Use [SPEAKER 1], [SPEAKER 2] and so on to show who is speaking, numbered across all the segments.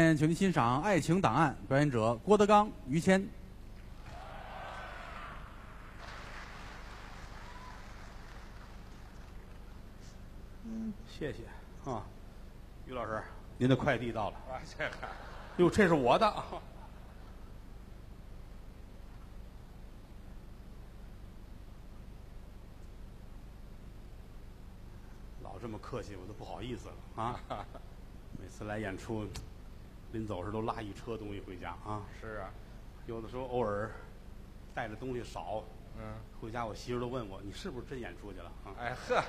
[SPEAKER 1] 天请您欣赏《爱情档案》，表演者郭德纲、于谦。
[SPEAKER 2] 嗯谢谢啊，于老师，您的快递到了。
[SPEAKER 3] 啊，这个
[SPEAKER 2] 哟，这是 我的。老这么客气，我都不好意思了 啊！每次来演出，临走时都拉一车东西回家啊。
[SPEAKER 3] 是啊，
[SPEAKER 2] 有的时候偶尔带的东西少，
[SPEAKER 3] 嗯，
[SPEAKER 2] 回家我媳妇儿都问我，你是不是真演出去了啊？
[SPEAKER 3] 哎呵，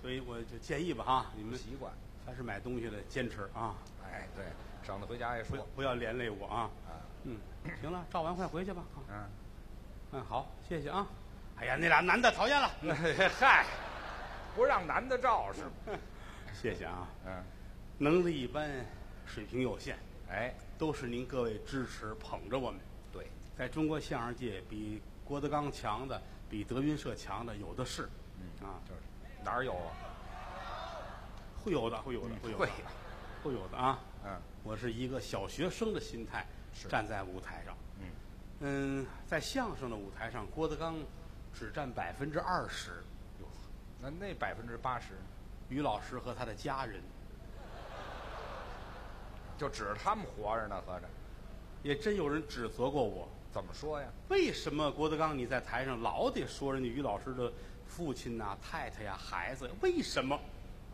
[SPEAKER 2] 所以我就建议吧哈，你
[SPEAKER 3] 不
[SPEAKER 2] 们
[SPEAKER 3] 习惯。
[SPEAKER 2] 凡是买东西的坚持啊，
[SPEAKER 3] 哎，对，省得回家爱
[SPEAKER 2] 不要
[SPEAKER 3] 说
[SPEAKER 2] 不要连累我啊。
[SPEAKER 3] 啊。
[SPEAKER 2] 嗯，行了，照完快回去吧。啊
[SPEAKER 3] 嗯，
[SPEAKER 2] 嗯，好，谢谢啊。哎呀，那俩男的讨厌了，
[SPEAKER 3] 嗨，不让男的照是吗？
[SPEAKER 2] 谢谢啊。
[SPEAKER 3] 嗯，
[SPEAKER 2] 能力一般，水平有限，
[SPEAKER 3] 哎，
[SPEAKER 2] 都是您各位支持捧着我们。
[SPEAKER 3] 对，
[SPEAKER 2] 在中国相声界，比郭德纲强的，比德云社强的有的是，
[SPEAKER 3] 嗯
[SPEAKER 2] 啊，
[SPEAKER 3] 就是哪儿有啊？
[SPEAKER 2] 会有的，会有的，会有的
[SPEAKER 3] 会，
[SPEAKER 2] 会有的啊。
[SPEAKER 3] 嗯
[SPEAKER 2] 我是一个小学生的心态
[SPEAKER 3] 是
[SPEAKER 2] 站在舞台上，
[SPEAKER 3] 嗯，
[SPEAKER 2] 嗯，在相声的舞台上，郭德纲只占百分之二十，
[SPEAKER 3] 哟，那那百分之八十
[SPEAKER 2] 于老师和他的家人，
[SPEAKER 3] 就指着他们活着呢，合着
[SPEAKER 2] 也真有人指责过我，
[SPEAKER 3] 怎么说呀？
[SPEAKER 2] 为什么郭德纲你在台上老得说人家于老师的父亲呐、太太呀、孩子呀？为什么？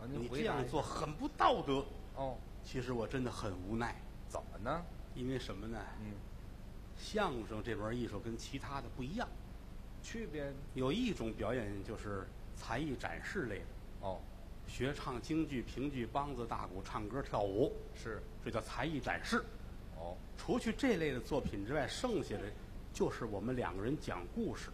[SPEAKER 3] 啊您
[SPEAKER 2] 你
[SPEAKER 3] 回
[SPEAKER 2] 这
[SPEAKER 3] 答一
[SPEAKER 2] 样
[SPEAKER 3] 下
[SPEAKER 2] 做很不道德。
[SPEAKER 3] 哦，
[SPEAKER 2] 其实我真的很无奈，
[SPEAKER 3] 怎么呢？
[SPEAKER 2] 因为什么呢？
[SPEAKER 3] 嗯，
[SPEAKER 2] 相声这门艺术跟其他的不一样，
[SPEAKER 3] 区别
[SPEAKER 2] 有一种表演就是才艺展示类的，
[SPEAKER 3] 哦，
[SPEAKER 2] 学唱京剧、评剧、梆子、大鼓、唱歌、跳舞，
[SPEAKER 3] 是
[SPEAKER 2] 这叫才艺展示。
[SPEAKER 3] 哦，
[SPEAKER 2] 除去这类的作品之外，剩下的就是我们两个人讲故事。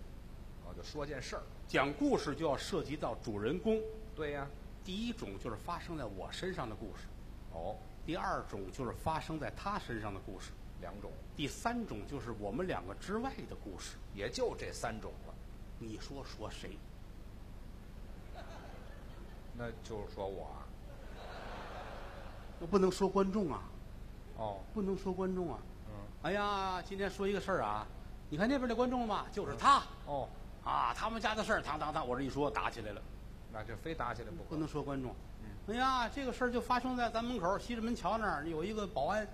[SPEAKER 3] 哦，就说件事儿。
[SPEAKER 2] 讲故事就要涉及到主人公，
[SPEAKER 3] 对呀，
[SPEAKER 2] 第一种就是发生在我身上的故事，
[SPEAKER 3] 哦，
[SPEAKER 2] 第二种就是发生在他身上的故事，
[SPEAKER 3] 两种，
[SPEAKER 2] 第三种就是我们两个之外的故事。
[SPEAKER 3] 也就这三种了。
[SPEAKER 2] 你说说谁？
[SPEAKER 3] 那就是说我啊，
[SPEAKER 2] 我不能说观众啊，
[SPEAKER 3] 哦，
[SPEAKER 2] 不能说观众啊。
[SPEAKER 3] 嗯，
[SPEAKER 2] 哎呀，今天说一个事儿啊，你看那边的观众了吗？就是他
[SPEAKER 3] 哦，
[SPEAKER 2] 啊，他们家的事儿，当当当，我这一说打起来了，
[SPEAKER 3] 那就非打起来不
[SPEAKER 2] 不
[SPEAKER 3] 可。
[SPEAKER 2] 能说观众。哎
[SPEAKER 3] 嗯
[SPEAKER 2] 呀，这个事儿就发生在咱门口西直门桥那儿，有一个保安，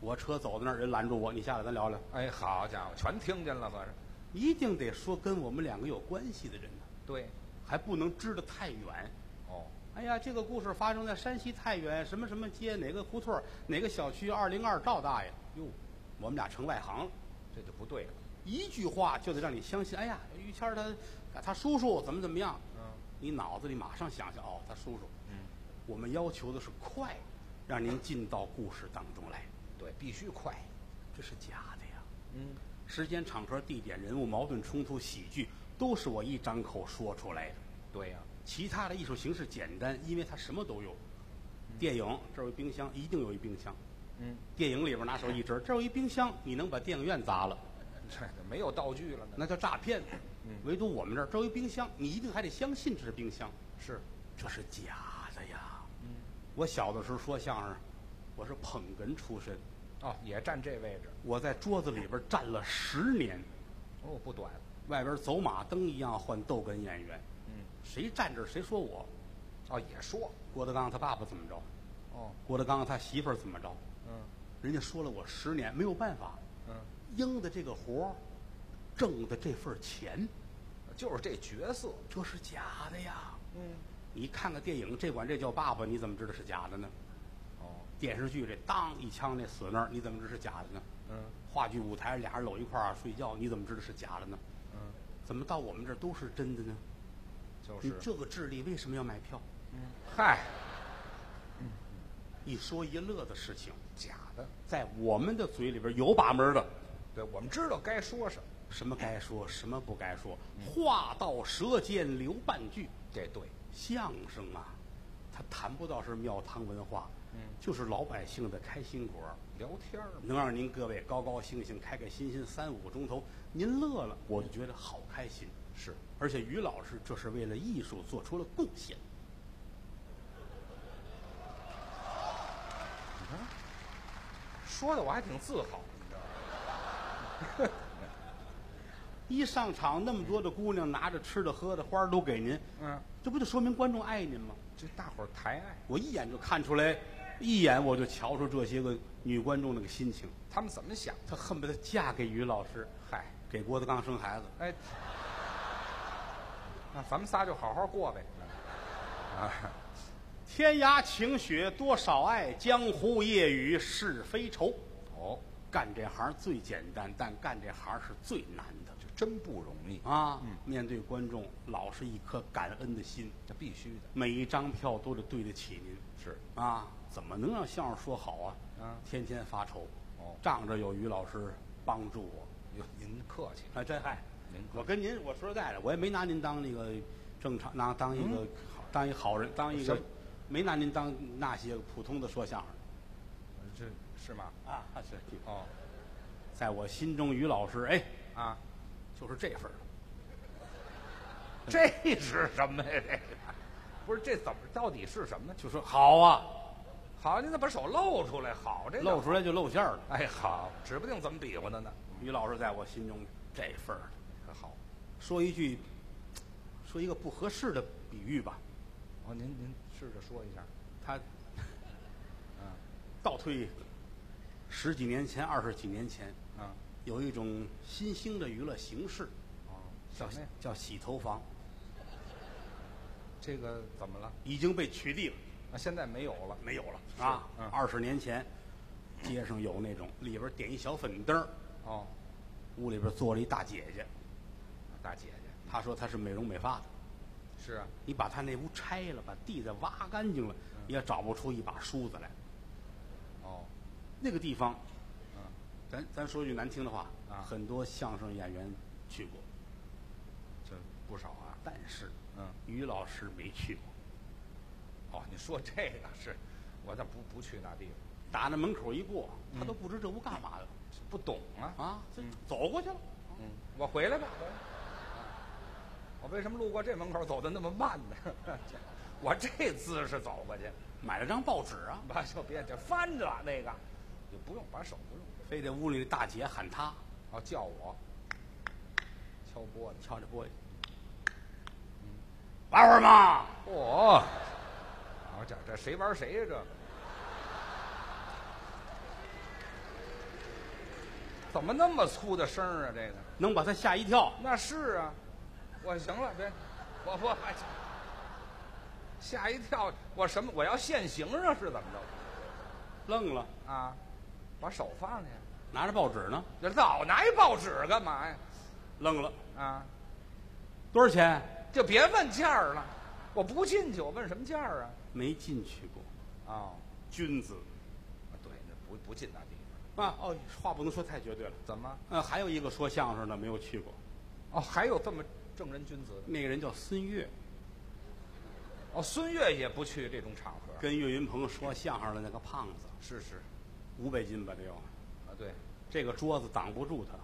[SPEAKER 2] 我车走到那儿，人拦住我，你下来咱聊聊。
[SPEAKER 3] 哎，好家伙，全听见了，合着。
[SPEAKER 2] 一定得说跟我们两个有关系的人呢，
[SPEAKER 3] 对，
[SPEAKER 2] 还不能支得太远。
[SPEAKER 3] 哦，
[SPEAKER 2] 哎呀，这个故事发生在山西太原什么什么街哪个胡同哪个小区二零二赵大爷。哟，我们俩成外行了，
[SPEAKER 3] 这就不对了。
[SPEAKER 2] 一句话就得让你相信。哎呀，于谦儿他他叔叔怎么怎么样，
[SPEAKER 3] 嗯
[SPEAKER 2] 你脑子里马上想想哦，他叔叔。
[SPEAKER 3] 嗯，
[SPEAKER 2] 我们要求的是快，让您进到故事当中来，
[SPEAKER 3] 对，必须快。
[SPEAKER 2] 这是假的呀。
[SPEAKER 3] 嗯，
[SPEAKER 2] 时间、场合、地点、人物、矛盾、冲突、喜剧，都是我一张口说出来的。
[SPEAKER 3] 对呀、
[SPEAKER 2] 其他的艺术形式简单，因为它什么都有。电影这儿有一冰箱，一定有一冰箱。
[SPEAKER 3] 嗯，
[SPEAKER 2] 电影里边拿手一指，这儿有一冰箱，你能把电影院砸了，
[SPEAKER 3] 这就没有道具了呢。
[SPEAKER 2] 那叫诈骗。
[SPEAKER 3] 嗯
[SPEAKER 2] 唯独我们这儿这儿有一冰箱，你一定还得相信这是冰箱，
[SPEAKER 3] 是，
[SPEAKER 2] 这是假的呀。
[SPEAKER 3] 嗯，
[SPEAKER 2] 我小的时候说相声，我是捧哏出身，
[SPEAKER 3] 哦，也占这位置，
[SPEAKER 2] 我在桌子里边站了十年，
[SPEAKER 3] 哦，不短。
[SPEAKER 2] 外边走马灯一样换逗哏演员，
[SPEAKER 3] 嗯，
[SPEAKER 2] 谁站这儿谁说我。
[SPEAKER 3] 哦，也说，
[SPEAKER 2] 郭德纲他爸爸怎么着？
[SPEAKER 3] 哦，
[SPEAKER 2] 郭德纲他媳妇儿怎么着？
[SPEAKER 3] 嗯
[SPEAKER 2] 人家说了我十年，没有办法，
[SPEAKER 3] 嗯，
[SPEAKER 2] 应的这个活儿，挣的这份钱，
[SPEAKER 3] 就是这角色。
[SPEAKER 2] 这是假的呀！
[SPEAKER 3] 嗯，
[SPEAKER 2] 你看个电影，这管这叫爸爸，你怎么知道是假的呢？
[SPEAKER 3] 哦，
[SPEAKER 2] 电视剧这当一枪那死那儿，你怎么知道是假的呢？
[SPEAKER 3] 嗯
[SPEAKER 2] 话剧舞台俩人搂一块儿睡觉，你怎么知道是假的呢？
[SPEAKER 3] 嗯，
[SPEAKER 2] 怎么到我们这儿都是真的呢？
[SPEAKER 3] 就
[SPEAKER 2] 你
[SPEAKER 3] 是。
[SPEAKER 2] 这个智力为什么要买票？
[SPEAKER 3] 嗯，嗨，
[SPEAKER 2] 一说一乐的事情，
[SPEAKER 3] 假的。
[SPEAKER 2] 在我们的嘴里边有把门的，
[SPEAKER 3] 对，我们知道该说什么。
[SPEAKER 2] 什么该说，什么不该说，话到舌尖留半句。
[SPEAKER 3] 这对，
[SPEAKER 2] 相声啊，它谈不到是庙堂文化，
[SPEAKER 3] 嗯
[SPEAKER 2] 就是老百姓的开心果，
[SPEAKER 3] 聊天儿嘛。
[SPEAKER 2] 能让您各位高高兴兴、开开心心三五个钟头，您乐了，我就觉得好开心。
[SPEAKER 3] 是，
[SPEAKER 2] 而且于老师这是为了艺术做出了贡献。
[SPEAKER 3] 说的我还挺自豪，你知道吗？
[SPEAKER 2] 一上场那么多的姑娘拿着吃的喝的花儿都给您，
[SPEAKER 3] 嗯，
[SPEAKER 2] 这不就说明观众爱您吗？
[SPEAKER 3] 这大伙儿抬爱，
[SPEAKER 2] 我一眼就看出来，一眼我就瞧出这些个女观众那个心情，
[SPEAKER 3] 他们怎么想？
[SPEAKER 2] 她恨不得嫁给于老师，
[SPEAKER 3] 嗨，
[SPEAKER 2] 给郭德纲生孩子。
[SPEAKER 3] 哎，那咱们仨就好好过呗。啊，
[SPEAKER 2] 天涯晴雪多少爱，江湖夜雨是非愁。
[SPEAKER 3] 哦，
[SPEAKER 2] 干这行最简单，但干这行是最难的
[SPEAKER 3] 这真不容易，
[SPEAKER 2] 啊！
[SPEAKER 3] 嗯
[SPEAKER 2] 面对观众，老是一颗感恩的心，
[SPEAKER 3] 这必须的。
[SPEAKER 2] 每一张票都得对得起您
[SPEAKER 3] 是，
[SPEAKER 2] 啊！怎么能让相声说好啊？
[SPEAKER 3] 啊
[SPEAKER 2] 天天发愁，
[SPEAKER 3] 哦
[SPEAKER 2] 仗着有于老师帮助我，
[SPEAKER 3] 哟，您客气，
[SPEAKER 2] 啊，真嗨！
[SPEAKER 3] 您客
[SPEAKER 2] 我跟您我说实在的，我也没拿您当那个正常，拿当一个好、当一好人，当一
[SPEAKER 3] 嗯什
[SPEAKER 2] 个
[SPEAKER 3] 么
[SPEAKER 2] 没拿您当那些普通的说相声
[SPEAKER 3] 气，呃这是吗？
[SPEAKER 2] 的啊。是，
[SPEAKER 3] 哦，
[SPEAKER 2] 在我心中，于老师，哎，
[SPEAKER 3] 啊，
[SPEAKER 2] 就是这份儿 的。
[SPEAKER 3] 这是什么呀？这个不是这怎么到底是什么呢？
[SPEAKER 2] 就说好啊，
[SPEAKER 3] 好，您再把手露出来，好，这个
[SPEAKER 2] 露出来就露馅儿了。
[SPEAKER 3] 哎，好，指不定怎么比划的呢。
[SPEAKER 2] 于老师在我心中这份儿的，
[SPEAKER 3] 可好，
[SPEAKER 2] 说一句，说一个不合适的比喻吧，
[SPEAKER 3] 哦，您您试着说一下，
[SPEAKER 2] 他
[SPEAKER 3] 嗯
[SPEAKER 2] 倒退十几年前、二十几年前，
[SPEAKER 3] 啊，
[SPEAKER 2] 有一种新兴的娱乐形式，
[SPEAKER 3] 哦，
[SPEAKER 2] 叫
[SPEAKER 3] 什么呀？
[SPEAKER 2] 叫洗头房，
[SPEAKER 3] 这个怎么了？
[SPEAKER 2] 已经被取缔了，
[SPEAKER 3] 啊，现在没有了，
[SPEAKER 2] 没有了啊
[SPEAKER 3] 嗯！
[SPEAKER 2] 二十、年前，街上有那种里边点一小粉灯儿，
[SPEAKER 3] 哦，
[SPEAKER 2] 屋里边坐着一大姐姐，
[SPEAKER 3] 大姐姐，
[SPEAKER 2] 她说她是美容美发的。
[SPEAKER 3] 是啊，
[SPEAKER 2] 你把他那屋拆了，把地再挖干净
[SPEAKER 3] 嗯
[SPEAKER 2] 了，也找不出一把梳子来。
[SPEAKER 3] 哦，
[SPEAKER 2] 那个地方，
[SPEAKER 3] 嗯，
[SPEAKER 2] 咱咱说句难听的话，
[SPEAKER 3] 啊
[SPEAKER 2] 很多相声演员去过，
[SPEAKER 3] 这不少啊，
[SPEAKER 2] 但是
[SPEAKER 3] 嗯，
[SPEAKER 2] 于老师没去过。
[SPEAKER 3] 哦，你说这个是，我倒不不去那地方，
[SPEAKER 2] 打那门口一过，
[SPEAKER 3] 嗯
[SPEAKER 2] 他都不知这屋干嘛的、
[SPEAKER 3] 不懂啊，
[SPEAKER 2] 啊，这
[SPEAKER 3] 嗯
[SPEAKER 2] 走过去了。
[SPEAKER 3] 嗯，我回来吧。回来我为什么路过这门口走的那么慢呢？ 这我这姿势走过去，
[SPEAKER 2] 买了张报纸啊，
[SPEAKER 3] 把手别这翻着那个，就不用把手不用，
[SPEAKER 2] 非得屋里的大姐喊他，
[SPEAKER 3] 哦叫我敲玻璃，
[SPEAKER 2] 敲着玻璃，
[SPEAKER 3] 嗯
[SPEAKER 2] 玩会儿嘛，
[SPEAKER 3] 嚯、好家伙，哦这谁玩谁呀、这个怎么那么粗的声儿啊？这个
[SPEAKER 2] 能把他吓一跳。
[SPEAKER 3] 那是啊，我行了，别，我不哎吓一跳，我什么？我要现形啊？是怎么着？
[SPEAKER 2] 愣了，
[SPEAKER 3] 啊，把手放下，
[SPEAKER 2] 拿着报纸呢，
[SPEAKER 3] 这老拿一报纸干嘛呀？
[SPEAKER 2] 愣了，
[SPEAKER 3] 啊，
[SPEAKER 2] 多少钱？
[SPEAKER 3] 就别问价儿了，我不进去，我问什么价儿啊？
[SPEAKER 2] 没进去过，
[SPEAKER 3] 哦，
[SPEAKER 2] 君子
[SPEAKER 3] 对，那不不进那地方，
[SPEAKER 2] 啊，哦，话不能说太绝对了。
[SPEAKER 3] 怎么？
[SPEAKER 2] 呃，还有一个说相声的没有去过，
[SPEAKER 3] 哦，还有这么正人君子的
[SPEAKER 2] 那个人叫孙越，
[SPEAKER 3] 哦，孙越也不去这种场合，
[SPEAKER 2] 跟岳云鹏说相声的那个胖子，
[SPEAKER 3] 是是
[SPEAKER 2] 五百斤吧得有，
[SPEAKER 3] 啊，对，
[SPEAKER 2] 这个桌子挡不住他，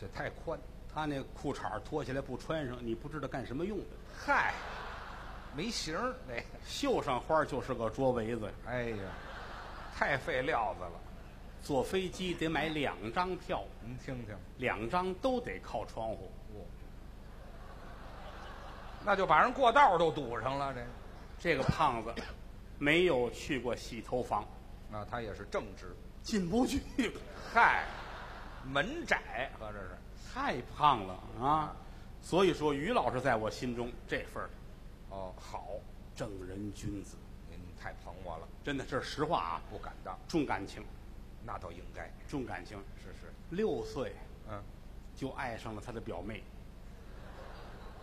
[SPEAKER 3] 这太宽，
[SPEAKER 2] 他那裤衩儿脱下来不穿上，你不知道干什么用的。
[SPEAKER 3] 嗨，没形儿那个，
[SPEAKER 2] 绣上花儿就是个桌围子，
[SPEAKER 3] 哎呀，太费料子了，
[SPEAKER 2] 坐飞机得买两张票，
[SPEAKER 3] 您听听，
[SPEAKER 2] 两张都得靠窗户，
[SPEAKER 3] 哦，那就把人过道都堵上了，这，
[SPEAKER 2] 这个胖子没有去过洗头房，
[SPEAKER 3] 啊，他也是正直，
[SPEAKER 2] 进不去，
[SPEAKER 3] 嗨，门窄，合着是，
[SPEAKER 2] 太胖了啊！所以说，于老师在我心中这份儿
[SPEAKER 3] 哦，好，
[SPEAKER 2] 正人君子。
[SPEAKER 3] 您太捧我了，
[SPEAKER 2] 真的，这是实话啊，
[SPEAKER 3] 不敢当，
[SPEAKER 2] 重感情，
[SPEAKER 3] 那倒应该，
[SPEAKER 2] 重感情。
[SPEAKER 3] 是是，
[SPEAKER 2] 六岁
[SPEAKER 3] 嗯，
[SPEAKER 2] 就爱上了他的表妹，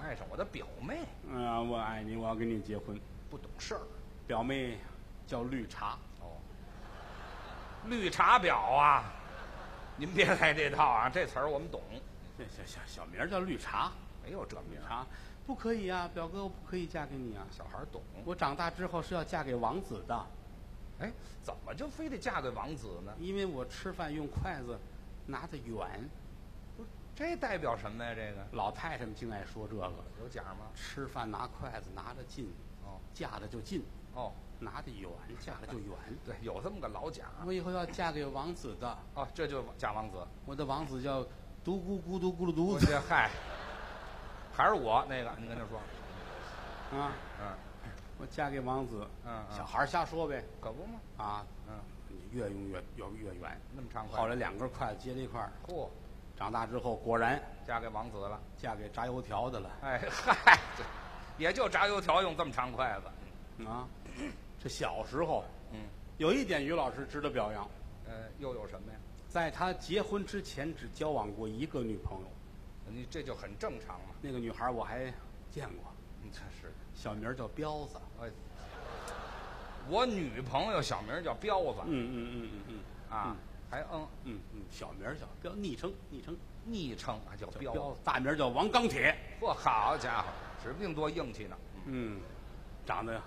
[SPEAKER 3] 爱上我的表妹，
[SPEAKER 2] 嗯、我爱你，我要跟你结婚。
[SPEAKER 3] 不懂事儿。
[SPEAKER 2] 表妹叫绿茶，
[SPEAKER 3] 哦，绿茶婊啊！您别来这套啊，这词儿我们懂。
[SPEAKER 2] 这小小小名儿叫绿茶，
[SPEAKER 3] 没有这名
[SPEAKER 2] 绿
[SPEAKER 3] 儿，
[SPEAKER 2] 茶不可以啊，表哥，我不可以嫁给你啊。
[SPEAKER 3] 小孩儿懂。
[SPEAKER 2] 我长大之后是要嫁给王子的，
[SPEAKER 3] 哎，怎么就非得嫁给王子呢？
[SPEAKER 2] 因为我吃饭用筷子拿得远。
[SPEAKER 3] 不是，这代表什么呀？这个
[SPEAKER 2] 老太太们净爱说这个，
[SPEAKER 3] 有假吗？
[SPEAKER 2] 吃饭拿筷子拿得近，
[SPEAKER 3] 哦
[SPEAKER 2] 嫁的就近。
[SPEAKER 3] 哦，
[SPEAKER 4] 拿的远，嫁的就远。
[SPEAKER 3] 对，有这么个老贾
[SPEAKER 2] 我以后要嫁给有王子的，
[SPEAKER 3] 啊，这就贾王子。
[SPEAKER 2] 我的王子叫独孤咕嘟咕噜嘟
[SPEAKER 3] 我这嗨，还是我那个，你跟他说，
[SPEAKER 2] 啊！
[SPEAKER 3] 嗯
[SPEAKER 2] 我嫁给王子，
[SPEAKER 3] 嗯，嗯
[SPEAKER 2] 小孩儿瞎说呗
[SPEAKER 3] 可不嘛，
[SPEAKER 2] 啊！
[SPEAKER 3] 嗯，
[SPEAKER 2] 你越用越越越远。
[SPEAKER 3] 那么畅快。
[SPEAKER 2] 后来两根筷子接在一块儿，
[SPEAKER 3] 嚯，
[SPEAKER 2] 长大之后果然
[SPEAKER 3] 嫁给王子了。
[SPEAKER 2] 嫁给炸油条的了
[SPEAKER 3] 哎嗨，这也就炸油条用这么长筷子。
[SPEAKER 2] 啊！这小时候
[SPEAKER 3] 嗯，
[SPEAKER 2] 有一点，于老师值得表扬，
[SPEAKER 3] 呃，又有什么呀？
[SPEAKER 2] 在他结婚之前只交往过一个女朋友，
[SPEAKER 3] 你这就很正常嘛。
[SPEAKER 2] 那个女孩我还见过，
[SPEAKER 3] 你这是，
[SPEAKER 2] 小名叫彪子。
[SPEAKER 3] 哎，我女朋友小名叫彪子
[SPEAKER 2] 嗯嗯嗯嗯嗯
[SPEAKER 3] 啊
[SPEAKER 2] 嗯，
[SPEAKER 3] 还嗯
[SPEAKER 2] 嗯嗯，小名叫彪，昵称昵称
[SPEAKER 3] 昵称啊叫
[SPEAKER 2] 叫
[SPEAKER 3] 彪
[SPEAKER 2] 彪
[SPEAKER 3] 子。
[SPEAKER 2] 子，大名叫王钢铁。
[SPEAKER 3] 嚯，好家伙，指不定多硬气呢。嗯
[SPEAKER 2] 嗯，长得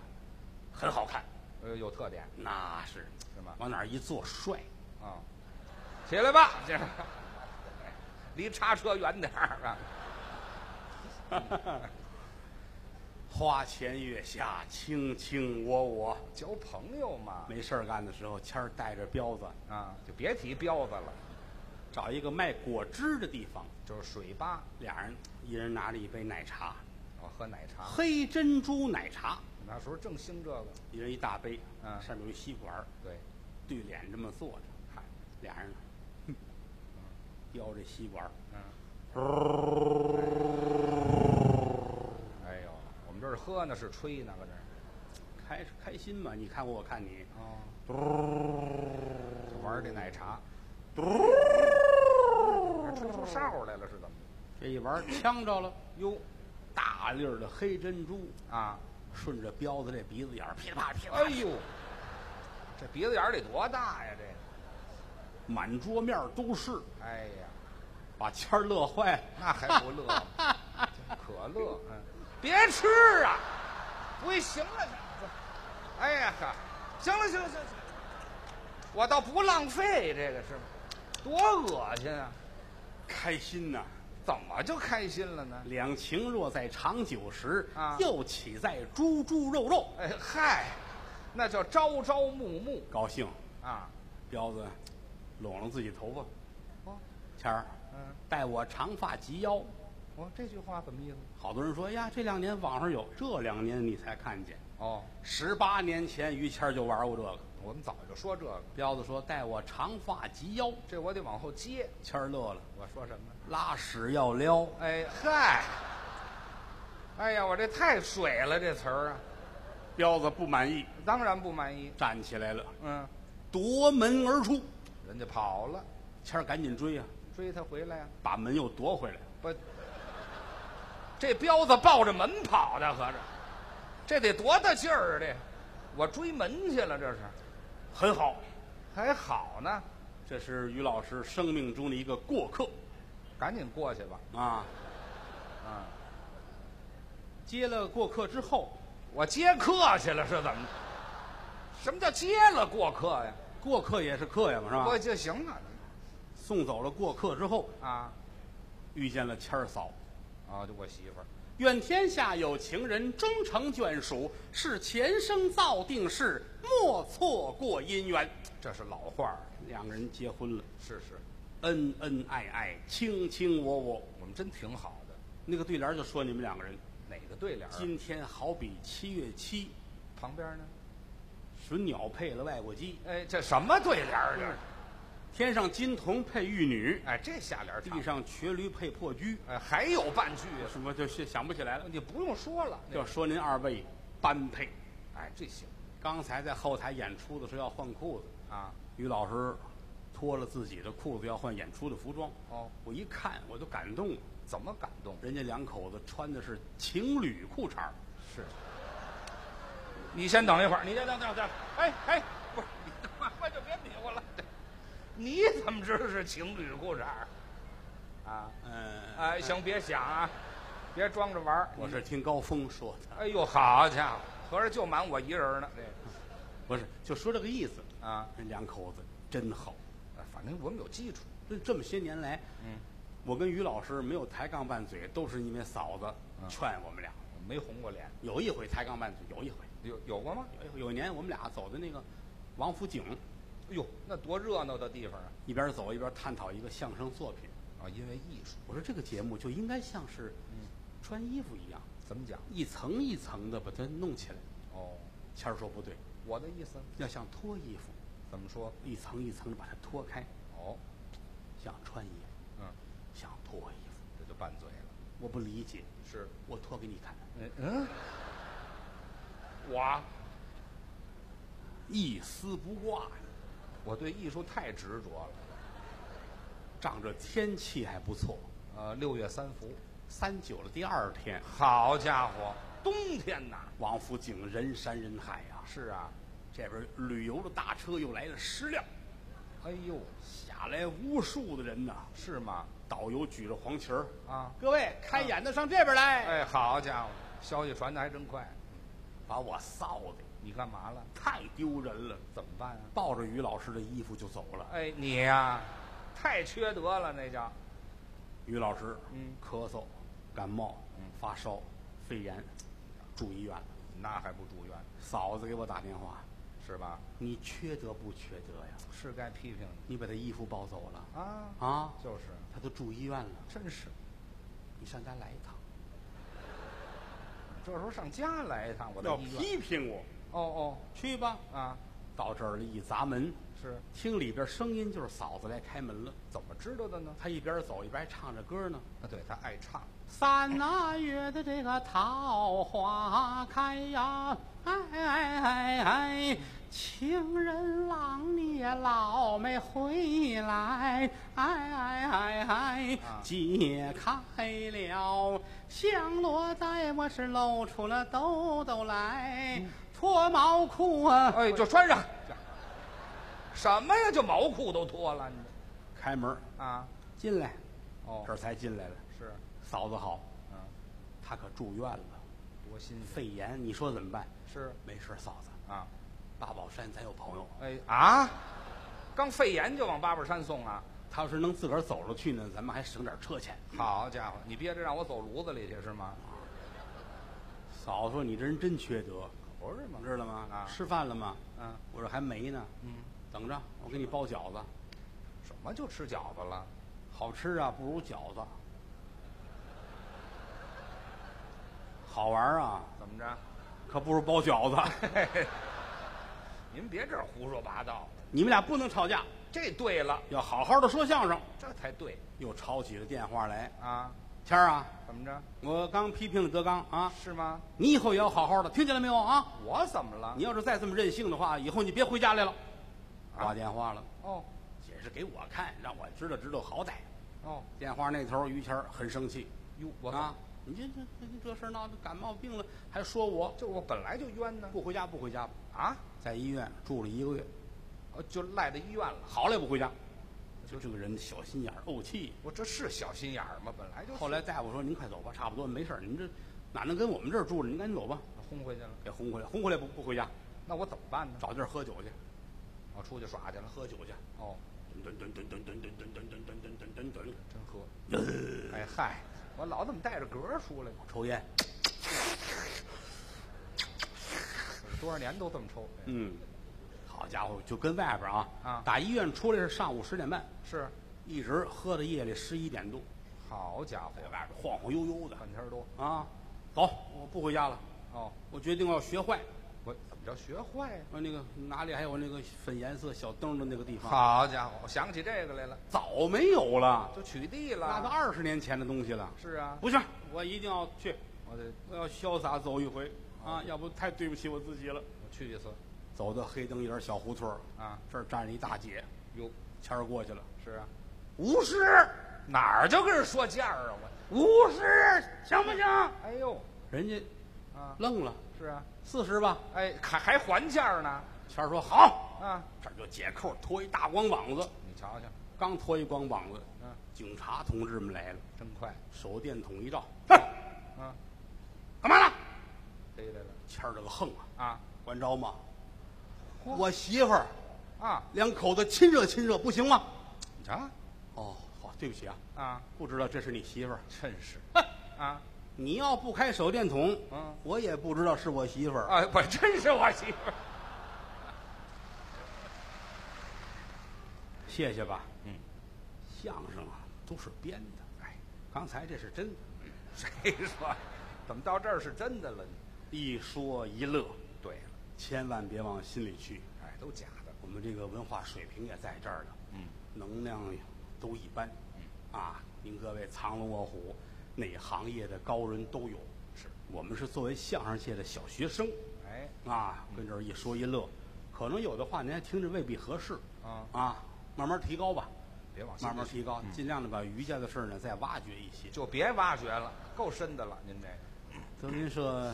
[SPEAKER 2] 很好看，
[SPEAKER 3] 呃，有特点
[SPEAKER 2] 那是
[SPEAKER 3] 是吗？
[SPEAKER 2] 往哪儿一坐帅。
[SPEAKER 3] 啊，起来吧，这离叉车远点儿啊。
[SPEAKER 2] 花前月下，卿卿我我，
[SPEAKER 3] 交朋友嘛，
[SPEAKER 2] 没事儿干的时候，谦儿带着彪子
[SPEAKER 3] 啊，就别提彪子了，
[SPEAKER 2] 找一个卖果汁的地方，
[SPEAKER 3] 就是水吧，
[SPEAKER 2] 俩人一人拿着一杯奶茶，
[SPEAKER 3] 我喝奶茶，
[SPEAKER 2] 黑珍珠奶茶，
[SPEAKER 3] 那时候正兴这个，
[SPEAKER 2] 一人一大杯，
[SPEAKER 3] 嗯
[SPEAKER 2] 上面有一吸管儿，
[SPEAKER 3] 对，
[SPEAKER 2] 对脸这么坐着，
[SPEAKER 3] 嗨，
[SPEAKER 2] 俩人呢，哼叼着吸管儿，
[SPEAKER 3] 嗯，哎呦，我们这是喝呢，是吹呢，搁这儿，
[SPEAKER 2] 开开心嘛？你看我，我看你，
[SPEAKER 3] 哦，就玩这奶茶，吹出哨来了是怎么的？
[SPEAKER 2] 这一玩儿呛着了，
[SPEAKER 3] 哟，
[SPEAKER 2] 大粒儿的黑珍珠
[SPEAKER 3] 啊，
[SPEAKER 2] 顺着彪子这鼻子眼儿噼里啪啦噼里啪
[SPEAKER 3] 哎
[SPEAKER 2] 啦，
[SPEAKER 3] 呦，这鼻子眼儿得多大呀？这个，
[SPEAKER 2] 满桌面儿都是，
[SPEAKER 3] 哎呀，
[SPEAKER 2] 把谦儿乐坏了。
[SPEAKER 3] 那还不乐吗？可乐，嗯，别吃啊！不行了，哎呀哈，行了行了行了，我倒不浪费这个是吗？多恶心啊！
[SPEAKER 2] 开心呐、
[SPEAKER 3] 怎么就开心了呢？
[SPEAKER 2] 两情若在长久时，
[SPEAKER 3] 啊
[SPEAKER 2] 又岂在猪猪肉肉？
[SPEAKER 3] 哎嗨，那叫朝朝暮暮
[SPEAKER 2] 高兴，
[SPEAKER 3] 啊！
[SPEAKER 2] 彪子拢了自己头发，
[SPEAKER 3] 哦，
[SPEAKER 2] 谦儿，
[SPEAKER 3] 嗯，
[SPEAKER 2] 待我长发及腰。
[SPEAKER 3] 哦，这句话怎么意思？
[SPEAKER 2] 好多人说，哎呀，这两年网上有，这两年你才看见。
[SPEAKER 3] 哦，
[SPEAKER 2] 十八年前，于谦儿就玩过这个。
[SPEAKER 3] 我们早就说这个，
[SPEAKER 2] 彪子说：“待我长发及腰。
[SPEAKER 3] 这我得往后接。”
[SPEAKER 2] 谦儿乐了，
[SPEAKER 3] 我说什么？
[SPEAKER 2] 拉屎要撩，
[SPEAKER 3] 哎嗨，哎呀，我这太水了，这词儿啊，
[SPEAKER 2] 彪子不满意，
[SPEAKER 3] 当然不满意。
[SPEAKER 2] 站起来了，
[SPEAKER 3] 嗯，
[SPEAKER 2] 夺门而出。
[SPEAKER 3] 人家跑了，
[SPEAKER 2] 谦儿赶紧追啊，
[SPEAKER 3] 追他回来呀、
[SPEAKER 2] 把门又夺回来。
[SPEAKER 3] 不，这彪子抱着门跑的，合着，这得多大劲儿啊！这，我追门去了，这是，
[SPEAKER 2] 很好，
[SPEAKER 3] 还好呢，
[SPEAKER 2] 这是于老师生命中的一个过客
[SPEAKER 3] 赶紧过去吧。
[SPEAKER 2] 啊。
[SPEAKER 3] 啊，
[SPEAKER 2] 接了过客之后，
[SPEAKER 3] 我接客去了是怎么？什么叫接了过客呀？
[SPEAKER 2] 过客也是客呀嘛，是吧？
[SPEAKER 3] 我就行了
[SPEAKER 2] 送走了过客之后，
[SPEAKER 3] 啊，
[SPEAKER 2] 遇见了谦儿嫂。
[SPEAKER 3] 啊，就我媳妇儿，
[SPEAKER 2] 愿天下有情人终成眷属，是前生造定事，莫错过姻缘。
[SPEAKER 3] 这是老话儿，
[SPEAKER 2] 两个人结婚了，
[SPEAKER 3] 是是，
[SPEAKER 2] 恩恩爱爱，卿卿我我。
[SPEAKER 3] 我们真挺好的。
[SPEAKER 2] 那个对联就说你们两个人，
[SPEAKER 3] 哪个对联儿啊？
[SPEAKER 2] 今天好比七月七，
[SPEAKER 3] 旁边呢？
[SPEAKER 2] 隼鸟配了外国鸡，
[SPEAKER 3] 哎，这什么对联儿这？
[SPEAKER 2] 天上金童配玉女，
[SPEAKER 3] 哎，这下联儿
[SPEAKER 2] 地
[SPEAKER 3] 地
[SPEAKER 2] 上瘸驴配破驹。
[SPEAKER 3] 哎，还有半句啊，
[SPEAKER 2] 什么就是想不起来了，
[SPEAKER 3] 你不用说了。
[SPEAKER 2] 要说您二位般配。
[SPEAKER 3] 哎，这行
[SPEAKER 2] 刚才在后台演出的时候要换裤子，
[SPEAKER 3] 啊，
[SPEAKER 2] 于老师脱了自己的裤子要换演出的服装。
[SPEAKER 3] 哦，
[SPEAKER 2] 我一看我就感动了，
[SPEAKER 3] 怎么感动？
[SPEAKER 2] 人家两口子穿的是情侣裤衩儿
[SPEAKER 3] 是，你先等一会儿，你先等等等，哎哎，不是，你快快就别比划了，这你怎么知道是情侣裤衩儿？啊，
[SPEAKER 2] 嗯，
[SPEAKER 3] 哎，行，别想啊，别装着玩儿。
[SPEAKER 2] 我是听高峰说的，
[SPEAKER 3] 哎呦，好家伙，合着就瞒我一人呢，这个
[SPEAKER 2] 不是就说这个意思。
[SPEAKER 3] 啊，
[SPEAKER 2] 人两口子真好，
[SPEAKER 3] 反正我们有基础，
[SPEAKER 2] 这这么些年来，
[SPEAKER 3] 嗯，
[SPEAKER 2] 我跟于老师没有抬杠拌嘴，都是因为嫂子
[SPEAKER 3] 嗯
[SPEAKER 2] 劝我们俩。
[SPEAKER 3] 我没红过脸。
[SPEAKER 2] 有一回抬杠拌嘴，有一回
[SPEAKER 3] 有有过吗？
[SPEAKER 2] 有有一年我们俩走的那个王府井，
[SPEAKER 3] 哎呦，那多热闹的地方啊！
[SPEAKER 2] 一边走一边探讨一个相声作品。
[SPEAKER 3] 啊，因为艺术，
[SPEAKER 2] 我说这个节目就应该像是
[SPEAKER 3] 嗯
[SPEAKER 2] 穿衣服一样，
[SPEAKER 3] 怎么讲？
[SPEAKER 2] 一层一层的把它弄起来。
[SPEAKER 3] 哦，
[SPEAKER 2] 谦儿说不对，
[SPEAKER 3] 我的意思
[SPEAKER 2] 要像脱衣服，
[SPEAKER 3] 怎么说？
[SPEAKER 2] 一层一层的把它脱开，
[SPEAKER 3] 哦，
[SPEAKER 2] 像穿衣服，
[SPEAKER 3] 嗯，
[SPEAKER 2] 像脱衣服。
[SPEAKER 3] 这就拌嘴了。
[SPEAKER 2] 我不理解，
[SPEAKER 3] 是，
[SPEAKER 2] 我脱给你看，
[SPEAKER 3] 嗯嗯，我
[SPEAKER 2] 一丝不挂呀。
[SPEAKER 3] 我对艺术太执着了。
[SPEAKER 2] 仗着天气还不错，
[SPEAKER 3] 呃，六月三伏，
[SPEAKER 2] 三九的第二天，
[SPEAKER 3] 好家伙，冬天呐！
[SPEAKER 2] 王府井人山人海呀、
[SPEAKER 3] 是啊，
[SPEAKER 2] 这边旅游的大车又来了十辆，
[SPEAKER 3] 哎呦，
[SPEAKER 2] 下来无数的人呐。
[SPEAKER 3] 是吗？
[SPEAKER 2] 导游举着黄旗儿
[SPEAKER 3] 啊
[SPEAKER 2] 各位开眼的上这边来，
[SPEAKER 3] 哎，好家伙，消息传的还真快。
[SPEAKER 2] 把我臊的
[SPEAKER 3] 你干嘛了？
[SPEAKER 2] 太丢人了，
[SPEAKER 3] 怎么办啊？
[SPEAKER 2] 抱着于老师的衣服就走了。
[SPEAKER 3] 哎，你呀、太缺德了，那叫
[SPEAKER 2] 于老师，
[SPEAKER 3] 嗯
[SPEAKER 2] 咳嗽、感冒、发烧、肺炎，住医院了。
[SPEAKER 3] 嗯那还不住院
[SPEAKER 2] 嫂子给我打电话，
[SPEAKER 3] 是吧？
[SPEAKER 2] 你缺德不缺德呀？
[SPEAKER 3] 是该批评你
[SPEAKER 2] 你把他衣服抱走了
[SPEAKER 3] 啊，
[SPEAKER 2] 啊？
[SPEAKER 3] 就是，
[SPEAKER 2] 他都住医院了，
[SPEAKER 3] 真是，
[SPEAKER 2] 你上家来一趟。
[SPEAKER 3] 这时候上家来一趟，我到
[SPEAKER 2] 要
[SPEAKER 3] 医院。
[SPEAKER 2] 批评我，
[SPEAKER 3] 哦
[SPEAKER 2] 去吧。
[SPEAKER 3] 哦啊，
[SPEAKER 2] 到这儿了，一砸门，
[SPEAKER 3] 是
[SPEAKER 2] 听里边声音就是嫂子来开门了。
[SPEAKER 3] 怎么知道的呢？
[SPEAKER 2] 他一边走一边还唱着歌呢。
[SPEAKER 3] 啊，对他爱唱，
[SPEAKER 2] 三那月的这个桃花开呀，哎哎哎哎，情人郎你也老没回来，哎哎哎哎
[SPEAKER 3] 啊，
[SPEAKER 2] 解开了香罗带，我是露出了兜兜来，脱毛裤啊，
[SPEAKER 3] 哎，就穿上。什么呀？就毛裤都脱了，你
[SPEAKER 2] 开门
[SPEAKER 3] 啊？
[SPEAKER 2] 进来，
[SPEAKER 3] 哦
[SPEAKER 2] 这儿才进来了，
[SPEAKER 3] 是，
[SPEAKER 2] 嫂子好，
[SPEAKER 3] 嗯、
[SPEAKER 2] 她可住院了，
[SPEAKER 3] 多新鲜。
[SPEAKER 2] 肺炎，你说怎么办？
[SPEAKER 3] 是
[SPEAKER 2] 没事，嫂子，
[SPEAKER 3] 啊，
[SPEAKER 2] 八宝山咱有朋友。
[SPEAKER 3] 哎啊，刚肺炎就往八宝山送啊？
[SPEAKER 2] 他要是能自个儿走着去呢，咱们还省点车钱。
[SPEAKER 3] 好家伙，你憋着让我走炉子里去是吗？
[SPEAKER 2] 嫂子说：“你这人真缺德，
[SPEAKER 3] 不是嘛
[SPEAKER 2] 知道吗？
[SPEAKER 3] 啊
[SPEAKER 2] 吃饭了吗？
[SPEAKER 3] 嗯
[SPEAKER 2] 我说还没呢，
[SPEAKER 3] 嗯，
[SPEAKER 2] 等着，我给你包饺子，
[SPEAKER 3] 什么就吃饺子了？
[SPEAKER 2] 好吃啊，不如饺子，好玩啊，
[SPEAKER 3] 怎么着？
[SPEAKER 2] 可不如包饺子。
[SPEAKER 3] 嘿嘿 您别这儿胡说八道了，
[SPEAKER 2] 你们俩不能吵架，
[SPEAKER 3] 这对了，
[SPEAKER 2] 要好好的说相声。”
[SPEAKER 3] 这才对
[SPEAKER 2] 又吵起了电话来，
[SPEAKER 3] 啊？
[SPEAKER 2] 天儿啊，
[SPEAKER 3] 怎么着？
[SPEAKER 2] 我刚批评了德刚啊，
[SPEAKER 3] 是吗？
[SPEAKER 2] 你以后也要好好的，听见了没有啊？
[SPEAKER 3] 我怎么了
[SPEAKER 2] 你？要是再这么任性的话，以后你别回家来了。
[SPEAKER 3] 啊
[SPEAKER 2] 挂电话了。
[SPEAKER 3] 哦
[SPEAKER 2] 也是给我看，让我知道知道好歹。
[SPEAKER 3] 哦，
[SPEAKER 2] 电话那头于谦儿很生气，
[SPEAKER 3] 哟，我
[SPEAKER 2] 啊，你这这这这事儿闹的感冒病了，还说我
[SPEAKER 3] 就我本来就冤呢
[SPEAKER 2] 不回家不回家，
[SPEAKER 3] 啊，
[SPEAKER 2] 在医院住了一个月，
[SPEAKER 3] 呃就赖在医院了。
[SPEAKER 2] 好嘞不回家，就这个人小心眼儿怄气。
[SPEAKER 3] 我这是小心眼儿吗？本来就是
[SPEAKER 2] 后来大夫说您快走吧，差不多没事儿，您这哪能跟我们这儿住着？您赶紧走吧，
[SPEAKER 3] 轰回去了，
[SPEAKER 2] 给轰回来，轰回来不不回家，
[SPEAKER 3] 那我怎么办呢？
[SPEAKER 2] 找地儿喝酒去，
[SPEAKER 3] 我出去耍去了。
[SPEAKER 2] 喝酒去，
[SPEAKER 3] 哦，
[SPEAKER 2] 吨吨吨吨吨吨吨吨吨吨吨吨吨
[SPEAKER 3] 真喝。哎嗨，我老怎么带着嗝儿出来呢？
[SPEAKER 2] 抽烟，
[SPEAKER 3] 多少年都这么 抽。哎
[SPEAKER 2] 嗯，好家伙，就跟外边儿
[SPEAKER 3] 啊
[SPEAKER 2] 打医院出来是上午十点半。
[SPEAKER 3] 是，
[SPEAKER 2] 一直喝到夜里十一点多，
[SPEAKER 3] 好家伙
[SPEAKER 2] 在，外边晃晃悠悠的
[SPEAKER 3] 半天多。
[SPEAKER 2] 啊。走，我不回家了，
[SPEAKER 3] 哦，
[SPEAKER 2] 我决定要学坏。
[SPEAKER 3] 我怎么着学坏呀、
[SPEAKER 2] 我那个哪里还有那个粉颜色小灯的那个地方，
[SPEAKER 3] 好家伙，我想起这个来了，
[SPEAKER 2] 早没有了，
[SPEAKER 3] 就取缔
[SPEAKER 2] 那都
[SPEAKER 3] 了。
[SPEAKER 2] 二十年前的东西了。
[SPEAKER 3] 是啊，
[SPEAKER 2] 不行，我一定要去，
[SPEAKER 3] 我得
[SPEAKER 2] 我要潇洒走一回啊
[SPEAKER 3] 好，
[SPEAKER 2] 要不太对不起我自己了。
[SPEAKER 3] 我去一次
[SPEAKER 2] 走到黑灯眼小胡同儿，
[SPEAKER 3] 啊。
[SPEAKER 2] 这儿站着一大姐，
[SPEAKER 3] 哟，
[SPEAKER 2] 谦儿过去了，
[SPEAKER 3] 是啊，
[SPEAKER 2] 无视，
[SPEAKER 3] 哪儿就跟人说价儿啊我？
[SPEAKER 2] 无视，行不行？
[SPEAKER 3] 哎呦，
[SPEAKER 2] 人家
[SPEAKER 3] 啊，
[SPEAKER 2] 愣了，
[SPEAKER 3] 是啊，
[SPEAKER 2] 四十吧？
[SPEAKER 3] 哎，还还还价儿呢？
[SPEAKER 2] 谦儿说好。
[SPEAKER 3] 啊，
[SPEAKER 2] 这儿就解扣，脱一大光膀子，
[SPEAKER 3] 你瞧瞧，
[SPEAKER 2] 刚脱一光膀子，
[SPEAKER 3] 嗯、
[SPEAKER 2] 警察同志们来了，
[SPEAKER 3] 真快，
[SPEAKER 2] 手电筒一照，哎
[SPEAKER 3] 啊，
[SPEAKER 2] 干嘛呢？
[SPEAKER 3] 逮来了
[SPEAKER 2] 谦儿这个横啊，
[SPEAKER 3] 啊
[SPEAKER 2] 管着吗？
[SPEAKER 3] 嚯
[SPEAKER 2] 我媳妇儿
[SPEAKER 3] 啊，
[SPEAKER 2] 两口子亲热亲热，不行吗？
[SPEAKER 3] 你瞧
[SPEAKER 2] 哦，好，对不起啊，
[SPEAKER 3] 啊，
[SPEAKER 2] 不知道这是你媳妇儿。
[SPEAKER 3] 真是
[SPEAKER 2] 哼
[SPEAKER 3] 啊，
[SPEAKER 2] 你要不开手电筒，
[SPEAKER 3] 嗯
[SPEAKER 2] 我也不知道是我媳妇儿。
[SPEAKER 3] 啊，我真是我媳妇儿。
[SPEAKER 2] 谢谢吧。
[SPEAKER 3] 嗯，
[SPEAKER 2] 相声啊都是编的，
[SPEAKER 3] 哎，
[SPEAKER 2] 刚才这是真的，
[SPEAKER 3] 谁说？怎么到这儿是真的了呢？
[SPEAKER 2] 一说一乐，
[SPEAKER 3] 对了，
[SPEAKER 2] 千万别往心里去。
[SPEAKER 3] 哎，都假的。
[SPEAKER 2] 我们这个文化水平也在这儿了，
[SPEAKER 3] 嗯，
[SPEAKER 2] 能量都一般。啊，您各位藏龙卧虎，哪行业的高人都有。
[SPEAKER 3] 是，
[SPEAKER 2] 我们是作为相声界的小学生
[SPEAKER 3] 哎，
[SPEAKER 2] 啊，跟这儿一说一乐，可能有的话您还听着未必合适
[SPEAKER 3] 啊
[SPEAKER 2] 啊，慢慢提高吧，
[SPEAKER 3] 别往心
[SPEAKER 2] 慢
[SPEAKER 3] 里
[SPEAKER 2] 慢
[SPEAKER 3] 去
[SPEAKER 2] 提高，尽量的把瑜伽的事儿呢再挖掘一些。
[SPEAKER 3] 嗯就别挖掘了，够深的了。您这个，
[SPEAKER 2] 德云社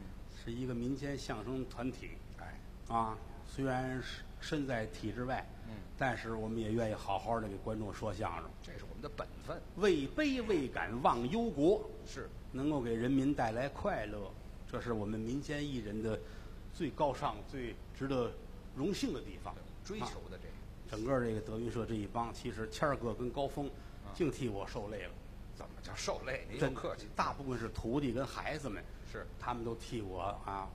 [SPEAKER 3] 嗯
[SPEAKER 2] 是一个民间相声团体
[SPEAKER 3] 哎，
[SPEAKER 2] 啊，虽然是身在体制外，
[SPEAKER 3] 嗯
[SPEAKER 2] 但是我们也愿意好好的给观众说相声，
[SPEAKER 3] 这是我们的本分。
[SPEAKER 2] 为悲为感忘忧国，
[SPEAKER 3] 是，
[SPEAKER 2] 能够给人民带来快乐，这是我们民间艺人的最高尚、最值得荣幸的地方。
[SPEAKER 3] 追
[SPEAKER 2] 啊
[SPEAKER 3] 求的这个，
[SPEAKER 2] 整个这个德云社这一帮，其实谦儿哥跟高峰净替我受累了，
[SPEAKER 3] 怎么叫受累？您
[SPEAKER 2] 真
[SPEAKER 3] 就啊客气。
[SPEAKER 2] 大部分是徒弟跟孩子们，
[SPEAKER 3] 是
[SPEAKER 2] 他们都替我啊，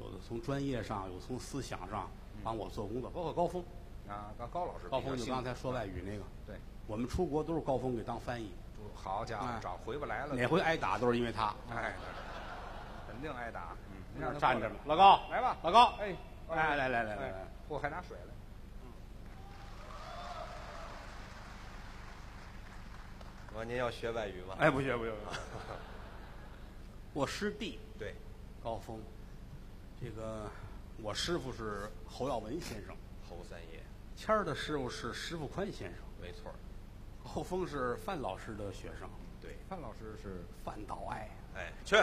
[SPEAKER 2] 有的从专业上，有从思想上
[SPEAKER 3] 嗯
[SPEAKER 2] 帮我做工作，包括高峰。
[SPEAKER 3] 啊，高高老师比
[SPEAKER 2] 高
[SPEAKER 3] 较幸运，
[SPEAKER 2] 峰，你刚才说外语那个，
[SPEAKER 3] 对，
[SPEAKER 2] 我们出国都是高峰给当翻译，
[SPEAKER 3] 就好家伙
[SPEAKER 2] 哎，
[SPEAKER 3] 找回不来了。
[SPEAKER 2] 哪回挨打都是因为他。
[SPEAKER 3] 哎，肯定挨打。嗯，您让他
[SPEAKER 2] 站着
[SPEAKER 3] 过来
[SPEAKER 2] 吧，老高，
[SPEAKER 3] 来吧，
[SPEAKER 2] 老高，
[SPEAKER 3] 哎，
[SPEAKER 2] 哎，来来来来
[SPEAKER 3] 哎
[SPEAKER 2] 来，，
[SPEAKER 3] 我还拿水来。
[SPEAKER 5] 我说您要学外语吗？
[SPEAKER 2] 哎，不学不学不学。 我师弟
[SPEAKER 3] 对，
[SPEAKER 2] 高峰，这个我师傅是侯耀文先生，
[SPEAKER 5] 侯三爷，
[SPEAKER 2] 谦儿的师傅是石富宽先生，
[SPEAKER 5] 没错儿，
[SPEAKER 2] 高峰是范老师的学生，
[SPEAKER 5] 对，
[SPEAKER 3] 范老师是
[SPEAKER 2] 范岛爱。
[SPEAKER 5] 哎，去。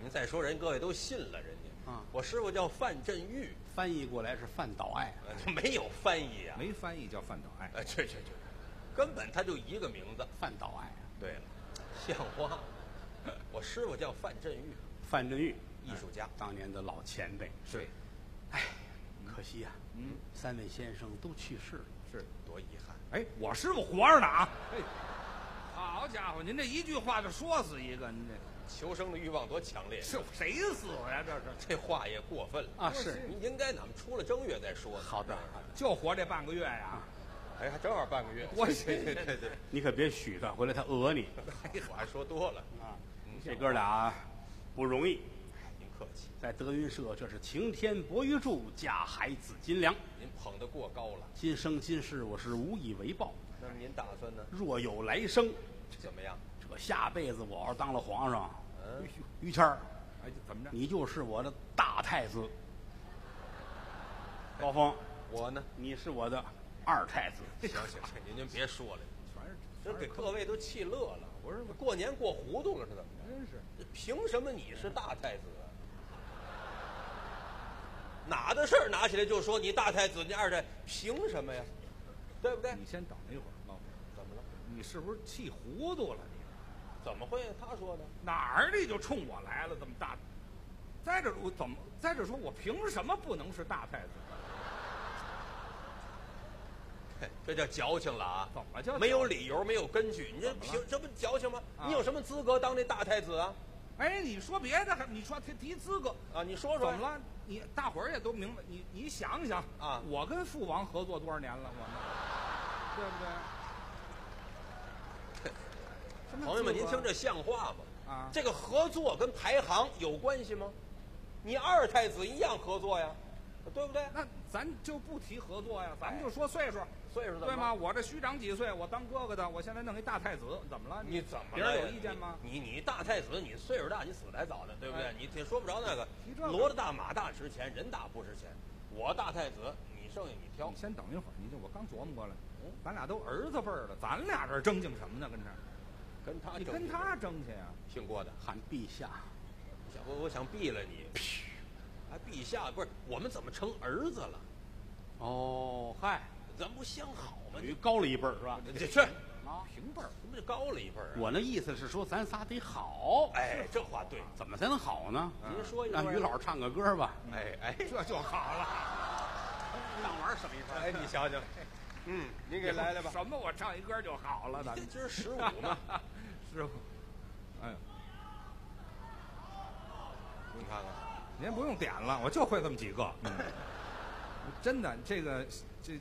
[SPEAKER 5] 您再说人，各位都信了人家。
[SPEAKER 2] 啊
[SPEAKER 5] 我师傅叫范振玉，
[SPEAKER 2] 翻译过来是范岛爱。
[SPEAKER 5] 呃这 没有翻译啊。
[SPEAKER 3] 没翻译叫范岛爱。
[SPEAKER 5] 哎，去去去，根本他就一个名字。
[SPEAKER 2] 范岛爱，
[SPEAKER 5] 对了，像话吗。我师傅叫范振玉，
[SPEAKER 2] 范振玉，
[SPEAKER 5] 艺术家。
[SPEAKER 2] 当年的老前辈。
[SPEAKER 3] 对，
[SPEAKER 2] 哎，可惜呀、
[SPEAKER 3] 嗯，
[SPEAKER 2] 三位先生都去世了。
[SPEAKER 3] 是。
[SPEAKER 5] 多遗憾。
[SPEAKER 3] 哎，我师傅活着呢啊！哎，好家伙，您这一句话就说死一个，您这
[SPEAKER 5] 求生的欲望多强烈，
[SPEAKER 3] 是谁死呀？这是
[SPEAKER 5] 这话也过分了
[SPEAKER 2] 啊是
[SPEAKER 5] 您应该咱们出了正月再说呢。
[SPEAKER 2] 好的，好的
[SPEAKER 3] 就活这半个月呀？
[SPEAKER 5] 哎，还正好半个月。
[SPEAKER 3] 我
[SPEAKER 5] 对 对对对，
[SPEAKER 2] 你可别许他，回来他讹你
[SPEAKER 5] 我还说多了。
[SPEAKER 2] 啊！这哥俩不容易，
[SPEAKER 5] 哎您客气，
[SPEAKER 2] 在德云社这是晴天博玉柱，架海紫金梁。
[SPEAKER 5] 您捧得过高了。
[SPEAKER 2] 今生今世我是无以为报，
[SPEAKER 5] 那么您打 算呢？
[SPEAKER 2] 若有来生，
[SPEAKER 5] 怎么样？
[SPEAKER 2] 这下辈子我要是当了皇上，
[SPEAKER 5] 嗯，
[SPEAKER 2] 于谦儿，
[SPEAKER 3] 哎，怎么着？
[SPEAKER 2] 你就是我的大太子。高峰，
[SPEAKER 5] 我呢？
[SPEAKER 2] 你是我的二太子。
[SPEAKER 5] 行行行，您您 别说了，
[SPEAKER 3] 全是
[SPEAKER 5] 这给各位都气乐了。
[SPEAKER 3] 不是不是
[SPEAKER 5] 过年过糊涂了是怎么着？
[SPEAKER 3] 真是
[SPEAKER 5] 这凭什么你是大太子啊？ 哪的事儿拿起来就说你大太子，你二太，凭什么呀？对不对？
[SPEAKER 3] 你先等一会儿，老婆，
[SPEAKER 5] 怎么了？
[SPEAKER 3] 你是不是气糊涂了你？
[SPEAKER 5] 怎么会？他说的。
[SPEAKER 3] 哪儿你就冲我来了？这么大，在这我怎么在这说？我凭什么不能是大太子？
[SPEAKER 5] 嘿 这叫矫情了啊！
[SPEAKER 3] 怎么叫矫情
[SPEAKER 5] 没有理由，没有根据？你这凭这不矫情吗？
[SPEAKER 3] 啊
[SPEAKER 5] 你有什么资格当这大太子啊？
[SPEAKER 3] 哎，你说别的，还你说提提资格，
[SPEAKER 5] 啊，你说
[SPEAKER 3] 怎
[SPEAKER 5] 说
[SPEAKER 3] 么了？你大伙儿也都明白，你你想想
[SPEAKER 5] 啊
[SPEAKER 3] 我跟父王合作多少年了，我们，对不对？什么
[SPEAKER 5] 朋友们，您
[SPEAKER 3] 资格
[SPEAKER 5] 听这像话吗？
[SPEAKER 3] 啊
[SPEAKER 5] 这个合作跟排行有关系吗？你二太子一样合作呀，对不对？
[SPEAKER 3] 那咱就不提合作呀，咱们就说岁数，
[SPEAKER 5] 岁哎数怎么
[SPEAKER 3] 对
[SPEAKER 5] 了
[SPEAKER 3] 吗？？我这虚长几岁，我当哥哥的，我现在弄一大太子，怎么了？
[SPEAKER 5] 你怎么
[SPEAKER 3] 别
[SPEAKER 5] 了呀？
[SPEAKER 3] 人有意见吗？
[SPEAKER 5] 你你你大太子，你岁数大，你死的还早呢，对不对
[SPEAKER 3] 哎？
[SPEAKER 5] 你这说不着那个
[SPEAKER 3] 提这个，
[SPEAKER 5] 骡子大马大值钱，人大不值钱。我大太子，你剩下你挑
[SPEAKER 3] 你。先等一会儿，你这我刚琢磨过来
[SPEAKER 5] 嗯，
[SPEAKER 3] 咱俩都儿子辈儿了，咱俩这儿争竞什么呢？跟这儿，
[SPEAKER 5] 跟他
[SPEAKER 3] 你
[SPEAKER 5] 啊争
[SPEAKER 3] 跟
[SPEAKER 5] 一
[SPEAKER 3] 他
[SPEAKER 5] 争
[SPEAKER 3] 争去呀？
[SPEAKER 5] 姓郭的，
[SPEAKER 2] 喊陛下，
[SPEAKER 5] 想我我想毙了你。还陛下不是我们怎么成儿子了？
[SPEAKER 2] 哦，嗨，
[SPEAKER 5] 咱不相好吗
[SPEAKER 2] 等？于高了一辈儿是吧？
[SPEAKER 5] 这去，
[SPEAKER 2] 啊，
[SPEAKER 3] 平辈儿，
[SPEAKER 5] 怎么就高了一辈儿啊？
[SPEAKER 2] 我那意思是说，咱仨得好，
[SPEAKER 5] 哎，这话对。
[SPEAKER 2] 怎么才能好呢？
[SPEAKER 5] 您说一说
[SPEAKER 2] 让
[SPEAKER 5] 呀
[SPEAKER 2] 于老师唱个歌吧。
[SPEAKER 5] 哎哎，
[SPEAKER 3] 这就好了。
[SPEAKER 2] 上玩什么意思？
[SPEAKER 5] 哎，你 瞧瞧，嗯，您给来来吧。
[SPEAKER 3] 什么？我唱一歌就好了，咱
[SPEAKER 5] 这
[SPEAKER 3] 们
[SPEAKER 5] 今儿十五嘛，
[SPEAKER 3] 师傅，嗯，
[SPEAKER 5] 你看看，
[SPEAKER 3] 您不用点了，我就会这么几个。
[SPEAKER 5] 嗯
[SPEAKER 3] 真的，这个这这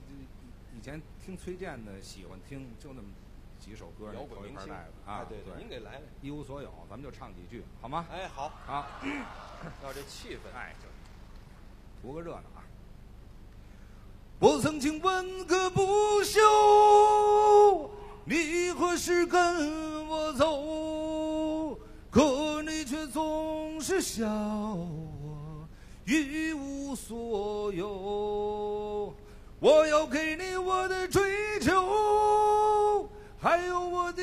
[SPEAKER 3] 以前听崔健的，喜欢听就那么几首歌，
[SPEAKER 5] 摇滚
[SPEAKER 3] 头一
[SPEAKER 5] 明
[SPEAKER 3] 块
[SPEAKER 5] 星
[SPEAKER 3] 带的啊。
[SPEAKER 5] 哎对对，您给来来。
[SPEAKER 3] 一无所有，咱们就唱几句好吗？
[SPEAKER 5] 哎，好，
[SPEAKER 3] 啊，
[SPEAKER 5] 要这气氛。
[SPEAKER 3] 哎，就图个热闹啊！我曾经问个不休，啊你何时跟我走？可你却总是笑我一无所有。我要给你我的追求，还有我的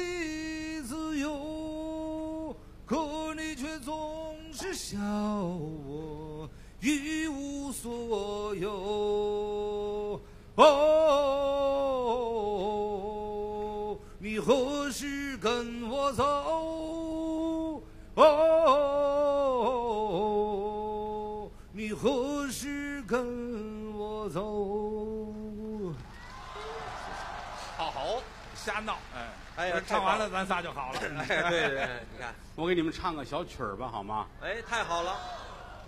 [SPEAKER 3] 自由，可你却总是笑我一无所有。哦，你何时跟我走？哦，你何时跟我走？
[SPEAKER 5] 好，
[SPEAKER 3] 瞎闹，哎，
[SPEAKER 5] 哎呀
[SPEAKER 3] 唱完
[SPEAKER 5] 太棒了
[SPEAKER 3] 了咱仨就好了。
[SPEAKER 5] 哎，对对，对你看，
[SPEAKER 1] 我给你们唱个小曲儿吧，好吗？
[SPEAKER 5] 哎，太好了，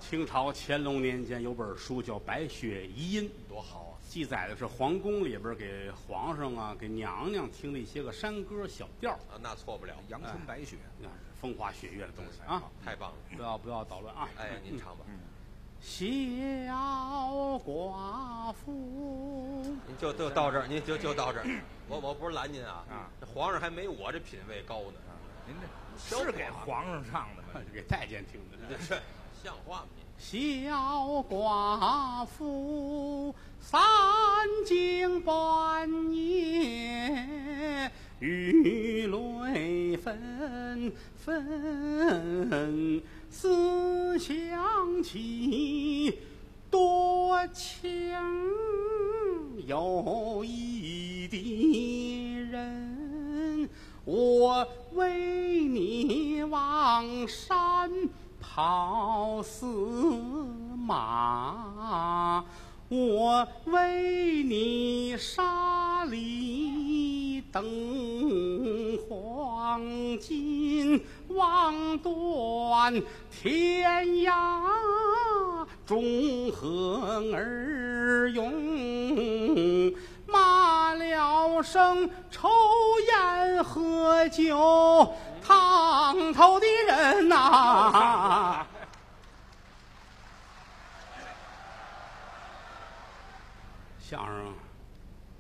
[SPEAKER 1] 清朝乾隆年间有本书叫《白雪遗音》，
[SPEAKER 5] 多好啊！
[SPEAKER 1] 记载的是皇宫里边给皇上啊、给娘娘听的一些个山歌小调儿，
[SPEAKER 5] 啊，那错不了，
[SPEAKER 3] 阳春白雪，
[SPEAKER 1] 那是风花雪月的东西啊！
[SPEAKER 5] 太棒了。
[SPEAKER 1] 不要不要捣乱啊！
[SPEAKER 5] 哎，您唱
[SPEAKER 3] 嗯
[SPEAKER 5] 吧，
[SPEAKER 2] 小寡妇，
[SPEAKER 5] 您就就到这儿，您就就到这儿。我我不是拦您啊，
[SPEAKER 3] 啊
[SPEAKER 5] 这皇上还没我这品位高呢，
[SPEAKER 3] 您这啊哎
[SPEAKER 5] 小伙
[SPEAKER 3] 是
[SPEAKER 5] 子
[SPEAKER 3] 给皇上唱的吗？
[SPEAKER 1] 给太监听的
[SPEAKER 5] 这，这 像话吗？您
[SPEAKER 2] 小寡妇，三更半夜雨泪纷纷，思想起多情有意的人，我为你往山跑死马，我为你沙里等黄金，望断天涯。中横而涌，骂了声抽烟喝酒，烫头的人呐、
[SPEAKER 1] 相声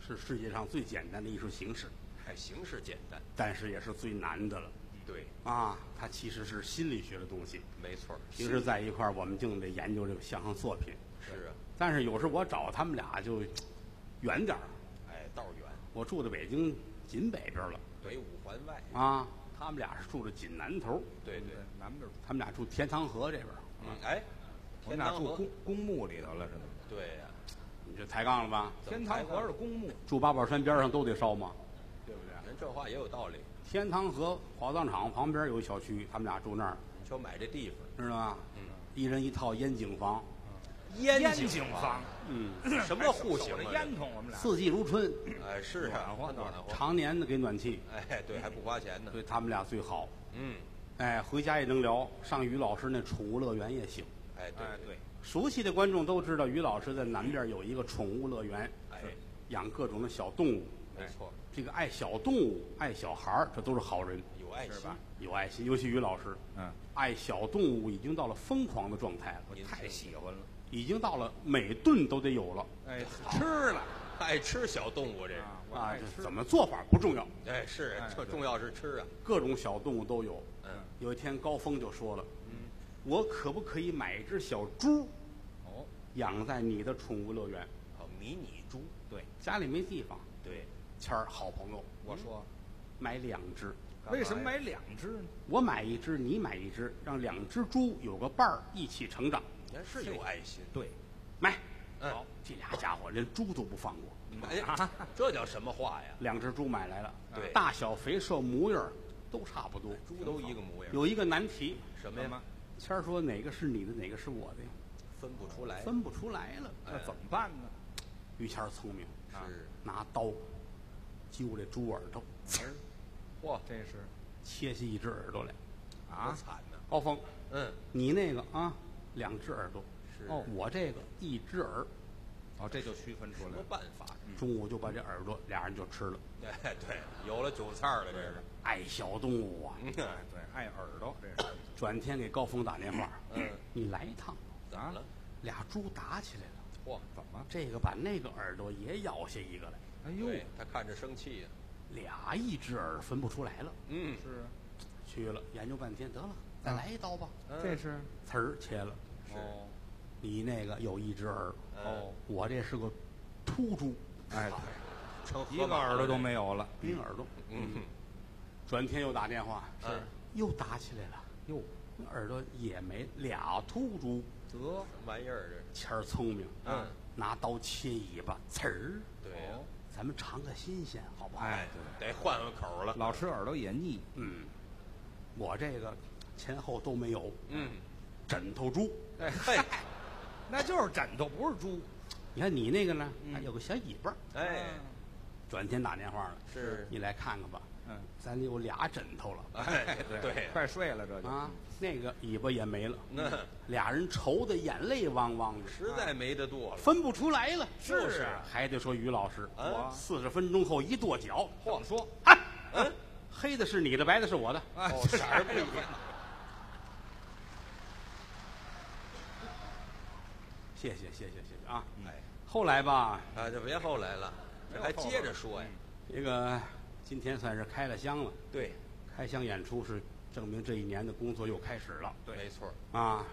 [SPEAKER 1] 是世界上最简单的艺术形式，
[SPEAKER 5] 哎，形式简单，
[SPEAKER 1] 但是也是最难的了
[SPEAKER 5] 对，
[SPEAKER 1] 啊！它其实是心理学的东西。
[SPEAKER 5] 没错儿，
[SPEAKER 1] 平时在一块儿，我们净得研究这个相声作品，
[SPEAKER 5] 是啊，
[SPEAKER 1] 但是有时候我找他们俩就远点儿。
[SPEAKER 5] 哎，道儿远，
[SPEAKER 1] 我住在北京紧北边儿了
[SPEAKER 5] 北五环外，
[SPEAKER 1] 啊，他们俩是住的紧南头儿，
[SPEAKER 3] 嗯
[SPEAKER 5] 对对，
[SPEAKER 3] 咱们这儿
[SPEAKER 1] 他们俩住天堂河这边儿。
[SPEAKER 5] 嗯，哎，
[SPEAKER 3] 我们
[SPEAKER 5] 天
[SPEAKER 3] 俩
[SPEAKER 5] 堂
[SPEAKER 3] 住
[SPEAKER 5] 河
[SPEAKER 3] 公，公墓里头了，是吗？
[SPEAKER 5] 对啊呀，
[SPEAKER 1] 你这抬杠了吧？
[SPEAKER 5] 怎
[SPEAKER 3] 天
[SPEAKER 5] 么
[SPEAKER 3] 堂
[SPEAKER 5] 抬杠
[SPEAKER 3] 河是公墓，
[SPEAKER 1] 住八宝山边上都得烧吗？
[SPEAKER 3] 对不对？
[SPEAKER 5] 您这话也有道理，
[SPEAKER 1] 天堂河火葬场旁边有一小区，他们俩住那儿，
[SPEAKER 5] 你就买这地 方，
[SPEAKER 1] 知道吗？
[SPEAKER 5] 嗯，
[SPEAKER 1] 一人一套烟景房，
[SPEAKER 5] 烟
[SPEAKER 3] 景房，
[SPEAKER 1] 嗯，
[SPEAKER 5] 什么户型
[SPEAKER 3] 守着
[SPEAKER 5] 啊？
[SPEAKER 3] 烟筒，我们俩
[SPEAKER 1] 四季如春，
[SPEAKER 5] 这哎，是啊，
[SPEAKER 3] 暖和
[SPEAKER 5] 暖和，
[SPEAKER 1] 常年的给暖气，
[SPEAKER 5] 哎，对，还不花钱呢，
[SPEAKER 1] 对他们俩最好。
[SPEAKER 5] 嗯，
[SPEAKER 1] 哎，回家也能聊，上于老师那宠物乐园也行。
[SPEAKER 5] 哎，
[SPEAKER 3] 哎
[SPEAKER 5] 对
[SPEAKER 3] 对，，
[SPEAKER 1] 熟悉的观众都知道，于老师在南边有一个宠物乐园，
[SPEAKER 5] 哎，
[SPEAKER 1] 养各种的小动物。
[SPEAKER 3] 哎
[SPEAKER 5] 没错，
[SPEAKER 1] 这个爱小动物、爱小孩儿，这都是好人，
[SPEAKER 5] 有爱
[SPEAKER 3] 是
[SPEAKER 5] 心，
[SPEAKER 3] 吧？
[SPEAKER 1] 啊有爱心。尤其于老师，
[SPEAKER 3] 嗯，
[SPEAKER 1] 爱小动物已经到了疯狂的状态了，
[SPEAKER 5] 您
[SPEAKER 3] 太
[SPEAKER 5] 听
[SPEAKER 3] 喜欢了，
[SPEAKER 1] 已经到了每顿都得有了
[SPEAKER 3] 哎，吃了
[SPEAKER 5] 哎爱吃小动物这个，
[SPEAKER 3] 啊，我
[SPEAKER 1] 啊！
[SPEAKER 3] 爱
[SPEAKER 1] 这
[SPEAKER 3] 吃
[SPEAKER 1] 怎么做法不重要，
[SPEAKER 5] 哎，是
[SPEAKER 3] 哎
[SPEAKER 5] 这
[SPEAKER 3] 对
[SPEAKER 5] 重要是吃啊，
[SPEAKER 1] 各种小动物都有。
[SPEAKER 5] 嗯，
[SPEAKER 1] 有一天，高峰就说了：“
[SPEAKER 3] 嗯
[SPEAKER 1] 我可不可以买一只小猪
[SPEAKER 3] 哦，
[SPEAKER 1] 养在你的宠物乐园？
[SPEAKER 5] 好，哦迷你猪，
[SPEAKER 3] 对，
[SPEAKER 1] 家里没地方。
[SPEAKER 5] 对，”
[SPEAKER 1] 谦儿好朋友
[SPEAKER 3] 我说
[SPEAKER 1] 买两只，
[SPEAKER 3] 为什么买两只呢？
[SPEAKER 1] 我买一只，你买一只，让两只猪有个伴儿一起成长。
[SPEAKER 5] 您是有爱心，
[SPEAKER 3] 对，
[SPEAKER 1] 买，
[SPEAKER 5] 嗯
[SPEAKER 1] 好，这俩家伙连猪都不放过，
[SPEAKER 3] 嗯啊
[SPEAKER 5] 哎，这叫什么话呀？
[SPEAKER 1] 两只猪买来了，
[SPEAKER 5] 对
[SPEAKER 1] 大小肥瘦模样儿都差不多。
[SPEAKER 5] 猪都一个模样，
[SPEAKER 1] 有一个难题，
[SPEAKER 5] 什么
[SPEAKER 3] 怎
[SPEAKER 5] 呀
[SPEAKER 3] 么？哎
[SPEAKER 1] 谦儿说哪个是你的，哪个是我的呀？
[SPEAKER 5] 分不出来，
[SPEAKER 1] 分不出来了。
[SPEAKER 5] 哎
[SPEAKER 3] 那怎么办呢？
[SPEAKER 1] 于谦儿聪明，
[SPEAKER 5] 是，
[SPEAKER 1] 拿刀揪这猪耳朵，
[SPEAKER 5] 嚯，
[SPEAKER 3] 这是
[SPEAKER 1] 切下一只耳朵来，
[SPEAKER 5] 多
[SPEAKER 2] 啊，
[SPEAKER 5] 惨呐！
[SPEAKER 2] 高峰，
[SPEAKER 5] 嗯，
[SPEAKER 2] 你那个啊，两只耳朵，
[SPEAKER 5] 是
[SPEAKER 2] 哦，我这个一只耳，
[SPEAKER 3] 哦，这就区分出
[SPEAKER 5] 什
[SPEAKER 3] 来
[SPEAKER 5] 么
[SPEAKER 3] 了。
[SPEAKER 5] 办法？
[SPEAKER 2] 中午就把这耳朵俩人就吃了，
[SPEAKER 3] 嗯
[SPEAKER 5] 对对，有了韭菜了，这是。
[SPEAKER 2] 爱小动物啊。
[SPEAKER 5] 嗯
[SPEAKER 3] 哎，对，爱耳朵这 是。
[SPEAKER 2] 转天给高峰打电话，
[SPEAKER 5] 嗯，
[SPEAKER 2] 你来一趟，
[SPEAKER 5] 怎么
[SPEAKER 3] 啊
[SPEAKER 5] 了？
[SPEAKER 2] 俩猪打起来了，
[SPEAKER 5] 嚯！
[SPEAKER 3] 怎么？
[SPEAKER 2] 这个把那个耳朵也咬下一个来，
[SPEAKER 3] 哎呦，
[SPEAKER 5] 对，他看着生气呀。
[SPEAKER 2] 俩一只耳分不出来了。
[SPEAKER 5] 嗯，
[SPEAKER 3] 是，啊
[SPEAKER 2] 去了，研究半天，得了，再来一刀吧。
[SPEAKER 5] 嗯
[SPEAKER 3] 这是
[SPEAKER 2] 词儿切了，
[SPEAKER 5] 是
[SPEAKER 3] 哦
[SPEAKER 2] 你那个有一只耳，
[SPEAKER 5] 哦，
[SPEAKER 2] 我这是个秃猪，
[SPEAKER 3] 哎，
[SPEAKER 2] 好
[SPEAKER 5] 成
[SPEAKER 3] 一个耳朵都没有了。
[SPEAKER 2] 冰耳朵。
[SPEAKER 5] 嗯，
[SPEAKER 2] 转天又打电话，
[SPEAKER 5] 是嗯
[SPEAKER 2] 又打起来了，
[SPEAKER 3] 哟，
[SPEAKER 2] 那耳朵也没，俩秃猪。
[SPEAKER 3] 得，
[SPEAKER 5] 什么玩意儿这是？
[SPEAKER 2] 谦儿聪明，啊
[SPEAKER 5] 嗯，
[SPEAKER 2] 拿刀切尾巴，刺儿，
[SPEAKER 5] 对呀
[SPEAKER 3] 哦，
[SPEAKER 2] 咱们尝个新鲜，好不好？
[SPEAKER 3] 哎，对，
[SPEAKER 5] 得换换口了。
[SPEAKER 3] 老吃耳朵也腻。
[SPEAKER 2] 嗯，我这个前后都没有，
[SPEAKER 5] 嗯，
[SPEAKER 2] 枕头猪。
[SPEAKER 3] 哎
[SPEAKER 5] 嘿，
[SPEAKER 3] 那就是枕头，不是猪。
[SPEAKER 2] 你看你那个呢，
[SPEAKER 5] 嗯
[SPEAKER 2] 还有个小尾巴儿。
[SPEAKER 5] 哎，
[SPEAKER 2] 转天打电话了，
[SPEAKER 5] 是
[SPEAKER 2] 你来看看吧，
[SPEAKER 3] 嗯，
[SPEAKER 2] 咱有俩枕头了
[SPEAKER 5] 哎，对嗯呀，
[SPEAKER 3] 快睡了，这就
[SPEAKER 2] 啊，那个尾巴也没了，
[SPEAKER 5] 那
[SPEAKER 2] 俩人愁的眼泪汪汪的，
[SPEAKER 5] 实在没得剁了。
[SPEAKER 2] 分不出来了。
[SPEAKER 5] 是
[SPEAKER 2] 就还得说于老师，
[SPEAKER 5] 啊
[SPEAKER 2] 四十分钟后一跺脚，
[SPEAKER 5] 晃说，
[SPEAKER 2] 嗨，
[SPEAKER 5] 嗯，
[SPEAKER 2] 黑的是你的，白的是我的，
[SPEAKER 3] 哎
[SPEAKER 5] 哦，
[SPEAKER 3] 这
[SPEAKER 5] 色儿不一样。
[SPEAKER 2] 谢谢谢谢谢谢啊。
[SPEAKER 3] 嗯
[SPEAKER 5] 哎，
[SPEAKER 2] 后来吧，
[SPEAKER 5] 啊，就别后来了，嗯这还接着说呀。
[SPEAKER 3] 嗯
[SPEAKER 2] 这个今天算是开了箱了，
[SPEAKER 5] 对，
[SPEAKER 2] 开箱演出是证明这一年的工作又开始了
[SPEAKER 5] 没错儿，
[SPEAKER 2] 啊。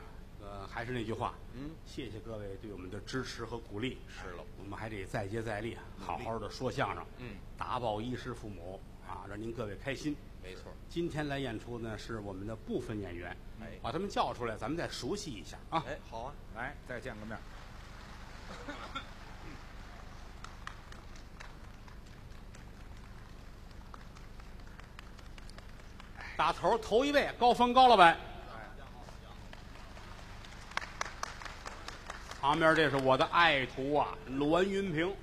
[SPEAKER 2] 呃，还是那句话，
[SPEAKER 5] 嗯，
[SPEAKER 2] 谢谢各位对我们的支持和鼓励。
[SPEAKER 5] 是喽。
[SPEAKER 2] 我们还得再接再厉，啊好好的说相声，
[SPEAKER 5] 嗯，
[SPEAKER 2] 打抱衣食父母啊，让您各位开心。
[SPEAKER 5] 没错儿，
[SPEAKER 2] 今天来演出呢是我们的部分演员，
[SPEAKER 5] 哎
[SPEAKER 2] 把他们叫出来，咱们再熟悉一下啊。
[SPEAKER 5] 哎，好啊，
[SPEAKER 3] 嗯来再见个面。
[SPEAKER 2] 打头头一位，高峰高老板，旁边这是我的爱徒啊，栾云平，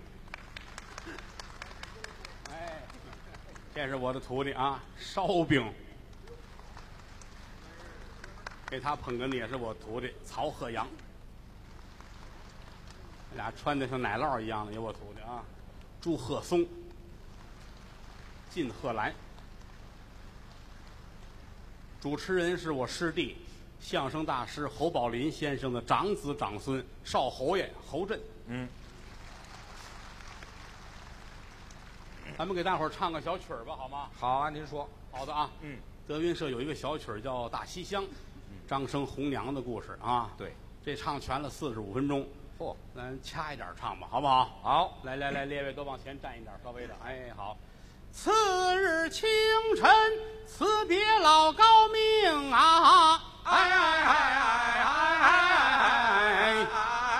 [SPEAKER 2] 哎，这是我的徒弟啊，烧饼。给他捧哏的也是我徒弟曹鹤阳，俩穿的像奶酪一样的，有我徒弟啊，朱鹤松、靳鹤兰。主持人是我师弟，相声大师侯宝林先生的长子长孙少侯爷侯震。
[SPEAKER 3] 嗯，
[SPEAKER 2] 咱们给大伙儿唱个小曲儿吧，好吗？
[SPEAKER 3] 好啊，您说。
[SPEAKER 2] 好的啊。
[SPEAKER 3] 嗯，
[SPEAKER 2] 德云社有一个小曲儿叫《大西厢》，张生红娘的故事啊。，
[SPEAKER 3] 对，
[SPEAKER 2] 这唱全了四十五分钟，
[SPEAKER 3] 嚯，
[SPEAKER 2] 咱掐一点儿唱吧，好不好？
[SPEAKER 3] 好，
[SPEAKER 2] 来来来，列位都往前站一点，稍微的，哎，好。次日清晨，辞别老高命啊！哎哎哎哎哎哎！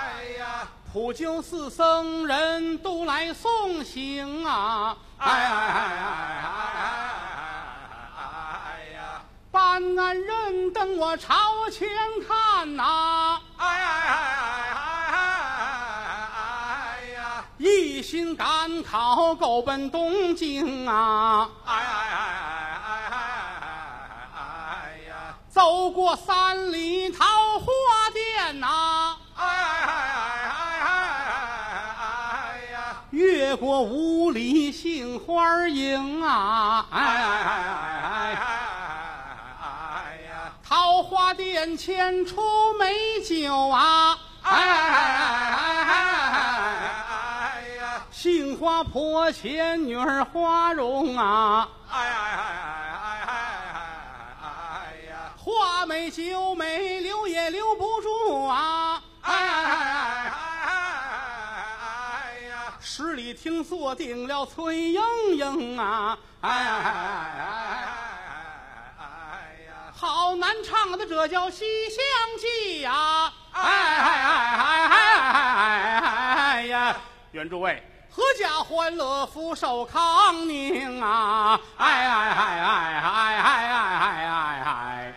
[SPEAKER 3] 哎呀，
[SPEAKER 2] 普救寺僧人都来送行啊！哎哎哎哎哎！
[SPEAKER 3] 哎呀，
[SPEAKER 2] 办案人等我朝前看呐、
[SPEAKER 3] 哎哎哎哎呀，
[SPEAKER 2] 一心赶考够奔东京啊！
[SPEAKER 3] 哎哎哎哎哎呀。
[SPEAKER 2] 走过三里桃花店呐、
[SPEAKER 3] 哎哎哎哎哎呀！
[SPEAKER 2] 越过五里杏花营啊！哎哎哎哎哎！
[SPEAKER 3] 哎呀！
[SPEAKER 2] 桃花殿前出美酒啊！哎哎哎哎哎！
[SPEAKER 3] 哎呀！
[SPEAKER 2] 杏花坡前女儿花容啊！
[SPEAKER 3] 哎哎哎哎呀！
[SPEAKER 2] 花美酒美留也留不住啊！
[SPEAKER 3] 哎哎哎呀！
[SPEAKER 2] 十里听坐定了崔莺莺啊！哎哎哎哎哎！
[SPEAKER 3] 哎呀！
[SPEAKER 2] 好难唱的，这叫《西厢记》呀！哎哎哎哎哎哎呀！愿诸位阖家欢乐，福寿康宁啊！哎哎哎哎哎哎哎哎哎！